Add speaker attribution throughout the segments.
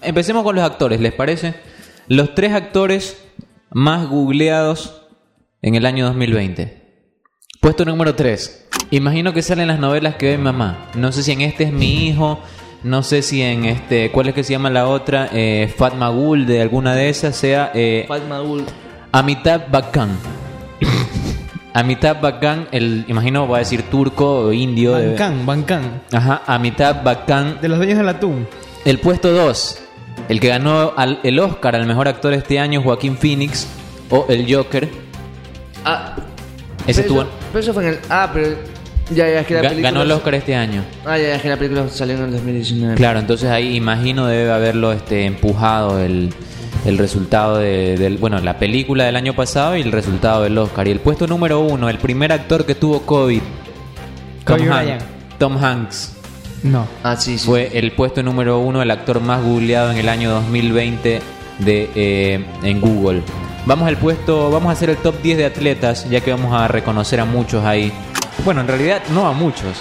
Speaker 1: empecemos con los actores, ¿les parece? Los tres actores más googleados en el año 2020. Puesto número 3. Imagino que salen las novelas que ve mi mamá. No sé si en este es mi hijo, no sé si en este, ¿cuál es que se llama la otra? Eh, Fatma Gul, de alguna de esas, sea eh,
Speaker 2: Fatma Gul.
Speaker 1: Amitabh Bachchan. Amitabh Bachchan, el, imagino va a decir turco o indio. de-
Speaker 3: Bancán, Bancán.
Speaker 1: Ajá, Amitabh Bachchan.
Speaker 3: De los dueños del atún.
Speaker 1: El puesto 2, el que ganó al- el Oscar al mejor actor este año, Joaquín Phoenix, o el Joker.
Speaker 2: Ah,
Speaker 1: Ese
Speaker 2: pero
Speaker 1: tuvo,
Speaker 2: eso- pero eso fue en el. Ah, pero. Ya, ya, es que la
Speaker 1: ga-
Speaker 2: película.
Speaker 1: ganó el Oscar este año.
Speaker 2: Ah, ya, es que la película salió en el 2019.
Speaker 1: Claro, entonces ahí imagino debe haberlo este, empujado el, el resultado de, del, bueno, la película del año pasado y el resultado del Oscar. Y el puesto número uno, el primer actor que tuvo COVID, Tom,
Speaker 3: Kobe
Speaker 1: Han-
Speaker 3: Bryant.
Speaker 1: Tom Hanks,
Speaker 3: No.
Speaker 2: Ah, sí, sí.
Speaker 1: fue el puesto número uno, el actor más googleado en el año 2020 de, eh, en Google. Vamos al puesto, vamos a hacer el top 10 de atletas, ya que vamos a reconocer a muchos ahí. Bueno, en realidad no a muchos.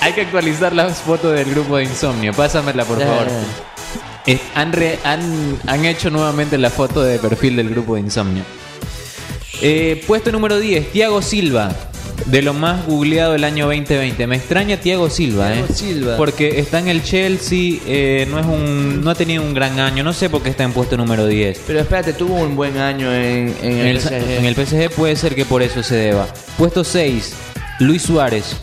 Speaker 1: Hay que actualizar las fotos del grupo de Insomnio. Pásamela, por
Speaker 2: Ya, ya,
Speaker 1: favor.
Speaker 2: ya.
Speaker 1: Es- han, re- han- han hecho nuevamente la foto de perfil del grupo de Insomnio. Eh, puesto número 10, Tiago Silva. De lo más googleado del año 2020. Me extraña Tiago Silva,
Speaker 2: Thiago
Speaker 1: eh,
Speaker 2: Silva.
Speaker 1: Porque está en el Chelsea, eh, no, es un, no ha tenido un gran año. No sé por qué está en puesto número 10.
Speaker 2: Pero espérate, tuvo un buen año en, en
Speaker 1: En el,
Speaker 2: el, PSG.
Speaker 1: en el PSG puede ser que por eso se deba. Puesto 6, Luis Suárez.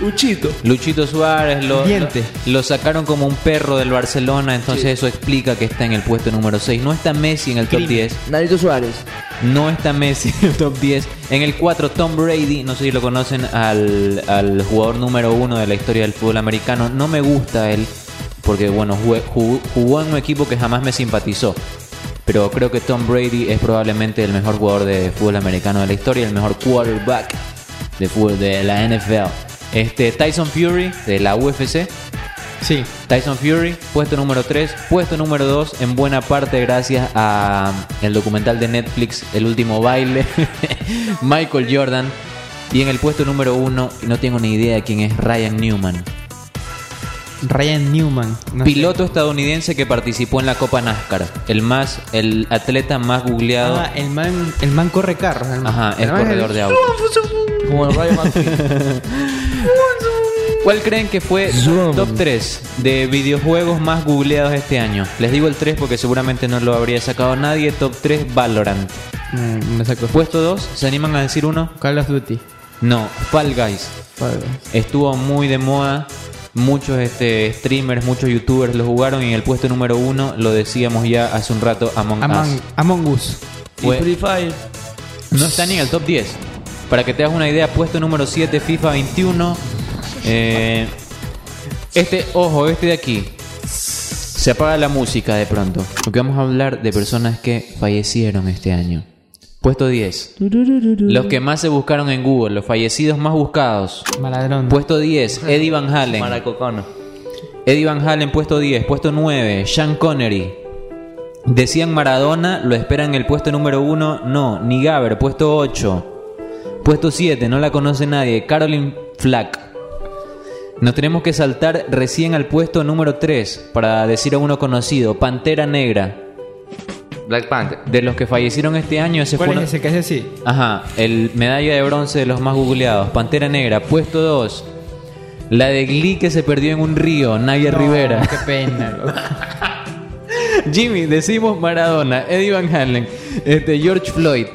Speaker 2: Luchito.
Speaker 1: Luchito Suárez lo, lo,
Speaker 3: Diente.
Speaker 1: lo sacaron como un perro del Barcelona, entonces eso explica que está en el puesto número 6. No está Messi en el top 10.
Speaker 2: Narito Suárez.
Speaker 1: No está Messi en el top 10. En el 4, Tom Brady. No sé si lo conocen al, al jugador número 1 de la historia del fútbol americano. No me gusta él, porque bueno, jugué- jugó, jugó en un equipo que jamás me simpatizó. Pero creo que Tom Brady es probablemente el mejor jugador de fútbol americano de la historia, el mejor quarterback de fútbol de la NFL. Este Tyson Fury de la UFC.
Speaker 3: Sí.
Speaker 1: Tyson Fury, puesto número 3, puesto número 2, en buena parte gracias a mm, el documental de Netflix, El último baile, Michael Jordan. Y en el puesto número 1, no tengo ni idea de quién es Ryan Newman,
Speaker 3: Ryan Newman. no sé.
Speaker 1: piloto estadounidense que participó en la Copa NASCAR, el más, el atleta más googleado.
Speaker 3: Ah, el man, el man corre carros. el man.
Speaker 1: Ajá, es
Speaker 3: El man
Speaker 1: corredor de auto.
Speaker 2: Como el Rayo McQueen.
Speaker 1: ¿Cuál creen que fue top 3 de videojuegos más googleados este año? Les digo el 3 porque seguramente no lo habría sacado nadie. Top 3 Valorant.
Speaker 3: Mm, me sacó.
Speaker 1: Puesto 2, ¿se animan a decir uno?
Speaker 3: Call of Duty.
Speaker 1: No, Fall Guys.
Speaker 3: Joder.
Speaker 1: Ah. Estuvo muy de moda. Muchos este, streamers, muchos youtubers lo jugaron y en el puesto número uno lo decíamos ya hace un rato, Among,
Speaker 3: Among,
Speaker 1: Us.
Speaker 3: Among Us.
Speaker 2: Y
Speaker 1: Fue-
Speaker 2: Free Fire.
Speaker 1: no está ni en el top 10. Para que te hagas una idea, puesto número 7, FIFA 21. Eh, este, ojo, este de aquí. Se apaga la música de pronto. Porque vamos a hablar de personas que fallecieron este año. Puesto 10. Los que más se buscaron en Google, los fallecidos más buscados.
Speaker 3: Maladrón.
Speaker 1: Puesto 10, Eddie Van Halen.
Speaker 2: Maracocono.
Speaker 1: Eddie Van Halen, puesto 10. Puesto 9, Sean Connery. Decían Maradona, lo esperan en el puesto número 1. No, ni Gaber, puesto 8. Puesto 7, no la conoce nadie. Caroline Flack. Nos tenemos que saltar recién al puesto número 3 para decir a uno conocido, Pantera Negra.
Speaker 2: Black Panther.
Speaker 1: De los que fallecieron este año, ese fue
Speaker 3: ¿Cuál
Speaker 1: uno-
Speaker 3: es ese que hace así?
Speaker 1: Ajá, el medalla de bronce de los más googleados. Pantera Negra, puesto 2. La de Glee que se perdió en un río, Nadia
Speaker 3: No,
Speaker 1: Rivera.
Speaker 3: Qué pena, loco.
Speaker 1: Jimmy, decimos Maradona, Eddie Van Halen, este, George Floyd,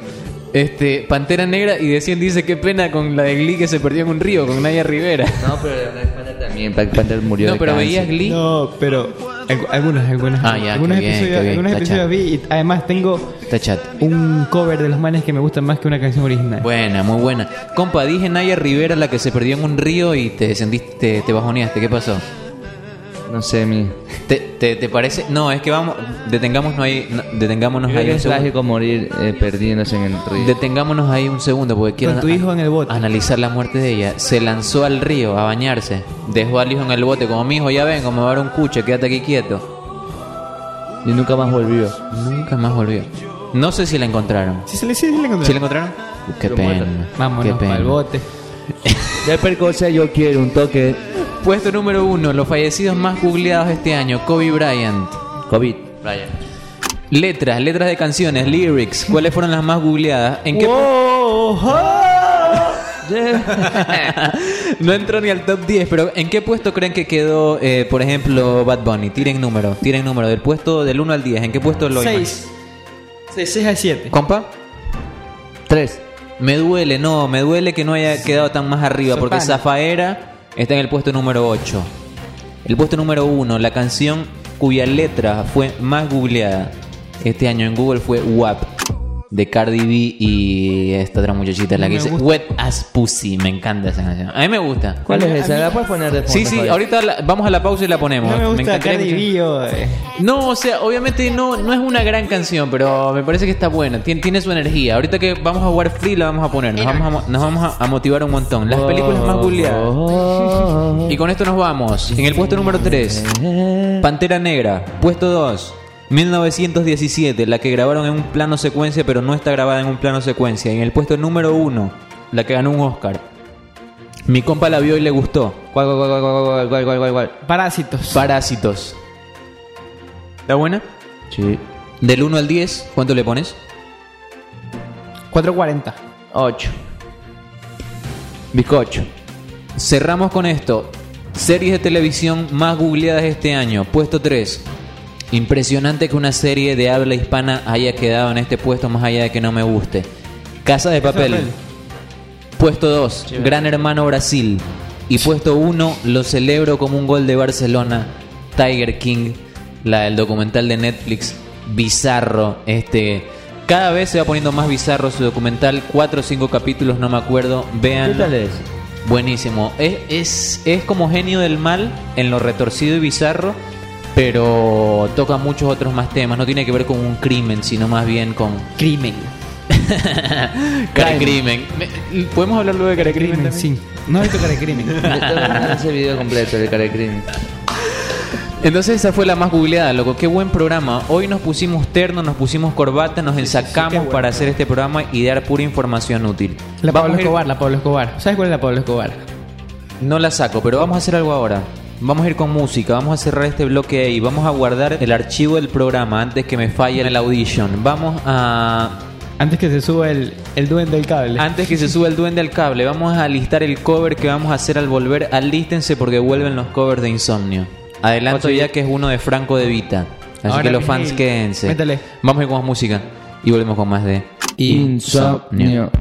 Speaker 1: este, Pantera Negra y decían dice qué pena con la de Glee que se perdió en un río con Nadia Rivera.
Speaker 2: No, pero Black Panther también. Black Panther murió
Speaker 1: No,
Speaker 2: de
Speaker 1: pero
Speaker 2: cáncer.
Speaker 1: veías Glee.
Speaker 3: No, pero algu- algunos, algunos,
Speaker 1: Ah, ya,
Speaker 3: algunos
Speaker 1: qué bien,
Speaker 3: episodios,
Speaker 1: qué bien,
Speaker 3: algunos
Speaker 1: está
Speaker 3: episodios
Speaker 1: chato.
Speaker 3: vi y además tengo
Speaker 1: Está chat.
Speaker 3: un cover de los manes que me gustan más que una canción original.
Speaker 1: Buena, muy buena. Compa, dije Nadia Rivera la que se perdió en un río y te sentiste, te, te bajoneaste, ¿qué pasó?
Speaker 2: No sé, mi.
Speaker 1: ¿Te, te, te parece? No, es que vamos, detengámonos ahí, no, detengámonos
Speaker 2: Creo
Speaker 1: ahí
Speaker 2: que
Speaker 1: un
Speaker 2: es
Speaker 1: segundo.
Speaker 2: trágico morir eh, perdiéndose en el río.
Speaker 1: Detengámonos ahí un segundo porque quiero
Speaker 3: Con tu hijo en el bote.
Speaker 1: analizar la muerte de ella. Se lanzó al río a bañarse. Dejó al hijo en el bote como mi hijo, ya ven, como dar un cuche, quédate aquí quieto.
Speaker 2: Y nunca más volvió.
Speaker 1: Nunca más volvió. No sé si la encontraron.
Speaker 3: Sí, se le, sí, sí le encontré.
Speaker 1: ¿Sí la encontraron? Qué
Speaker 2: Pero muerta.
Speaker 1: pena. qué
Speaker 3: Vámonos
Speaker 1: pena.
Speaker 3: pa'l bote.
Speaker 2: De percosa yo quiero un toque.
Speaker 1: Puesto número uno, los fallecidos más googleados este año, Kobe Bryant.
Speaker 2: COVID. Brian.
Speaker 1: Letras, letras de canciones, lyrics, ¿cuáles fueron las más googleadas? ¿En qué no entró ni al top 10, pero ¿en qué puesto creen que quedó, eh, por ejemplo, Bad Bunny? Tiren número, tiren número, del puesto del 1 al 10, ¿en qué puesto lo
Speaker 3: 6. De 6 a 7.
Speaker 1: imaginas? Compa,
Speaker 2: Tres.
Speaker 1: me duele, no, me duele que no haya quedado tan más arriba,
Speaker 3: Sopana.
Speaker 1: porque Zafaera está en el puesto número 8. El puesto número 1, la canción cuya letra fue más googleada este año en Google fue WAP. De Cardi B y esta otra muchachita, la
Speaker 3: No
Speaker 1: que
Speaker 3: me
Speaker 1: dice
Speaker 3: gusta.
Speaker 1: Wet as Pussy. Me encanta esa canción. A mí me gusta.
Speaker 2: ¿Cuál
Speaker 3: A mí-
Speaker 2: es
Speaker 3: a
Speaker 2: esa?
Speaker 3: mí-
Speaker 2: ¿La puedes poner de fondo?
Speaker 1: Sí, sí,
Speaker 2: Javier?
Speaker 1: ahorita la- vamos a la pausa y la ponemos.
Speaker 3: No me gusta
Speaker 1: encantaría
Speaker 3: Cardi
Speaker 1: escuchar-
Speaker 3: B, oh, eh.
Speaker 1: No, o sea, obviamente no, no es una gran canción, pero me parece que está buena. Tien- tiene su energía. Ahorita que vamos a jugar free, la vamos a poner. Nos vamos a, mo- nos vamos a- a motivar un montón. Las películas más googleadas.
Speaker 2: Oh.
Speaker 1: Y con esto nos vamos. En el puesto número 3, Pantera Negra. Puesto 2, 1917, la que grabaron en un plano secuencia, pero no está grabada en un plano secuencia. Y en el puesto número 1, la que ganó un Oscar. Mi compa la vio y le gustó.
Speaker 2: ¿Cuál, cuál, cuál, cuál, cuál, cuál, cuál, cuál, cuál?
Speaker 3: Parásitos.
Speaker 1: Parásitos. ¿Está buena?
Speaker 2: Sí.
Speaker 1: Del 1 al 10, ¿cuánto le pones?
Speaker 3: 440.
Speaker 2: Ocho. Bizcocho.
Speaker 1: Cerramos con esto. Series de televisión más googleadas este año. Puesto 3. Impresionante que una serie de habla hispana haya quedado en este puesto más allá de que no me guste. Casa de papel.
Speaker 3: Papel.
Speaker 1: Puesto 2. Gran Hermano Brasil. Y puesto 1. Lo celebro como un gol de Barcelona. Tiger King. La del documental de Netflix. Bizarro. Este. Cada vez se va poniendo más bizarro su documental. Cuatro o cinco capítulos, no me acuerdo. Vean.
Speaker 2: ¿Qué tal es?
Speaker 1: Buenísimo. Es, es, es como genio del mal en lo retorcido y bizarro, pero toca muchos otros más temas. No tiene que ver con un crimen, sino más bien con...
Speaker 3: Crimen.
Speaker 1: Caracrimen. Me- ¿Podemos hablar luego de caracrimen?
Speaker 3: Crimen,
Speaker 1: también?
Speaker 3: sí. No he visto Caracrimen.
Speaker 2: Yo tengo que ver ese video completo de Carecrim.
Speaker 1: Entonces esa fue la más googleada, loco. Qué buen programa. Hoy nos pusimos terno, nos pusimos corbata, nos ensacamos para hacer este programa y dar pura información útil.
Speaker 3: La
Speaker 1: Vamos
Speaker 3: Pablo
Speaker 1: a ir-
Speaker 3: Escobar, la Pablo Escobar. ¿Sabes cuál es la Pablo Escobar?
Speaker 1: No la saco, pero vamos a hacer algo ahora. Vamos a ir con música, vamos a cerrar este bloque ahí, vamos a guardar el archivo del programa antes que me falle en el audition. Vamos a...
Speaker 3: Antes que se suba el, el duende del cable.
Speaker 1: Antes que se suba el duende al cable, vamos a listar el cover que vamos a hacer al volver. Alístense porque vuelven los covers de Insomnio. Adelanto ya que es uno de Franco de Vita. Así
Speaker 3: Ahora
Speaker 1: que los
Speaker 3: viene
Speaker 1: fans
Speaker 3: el-
Speaker 1: quédense.
Speaker 3: métele.
Speaker 1: Vamos a ir con más música y volvemos con más de
Speaker 2: Insomnio.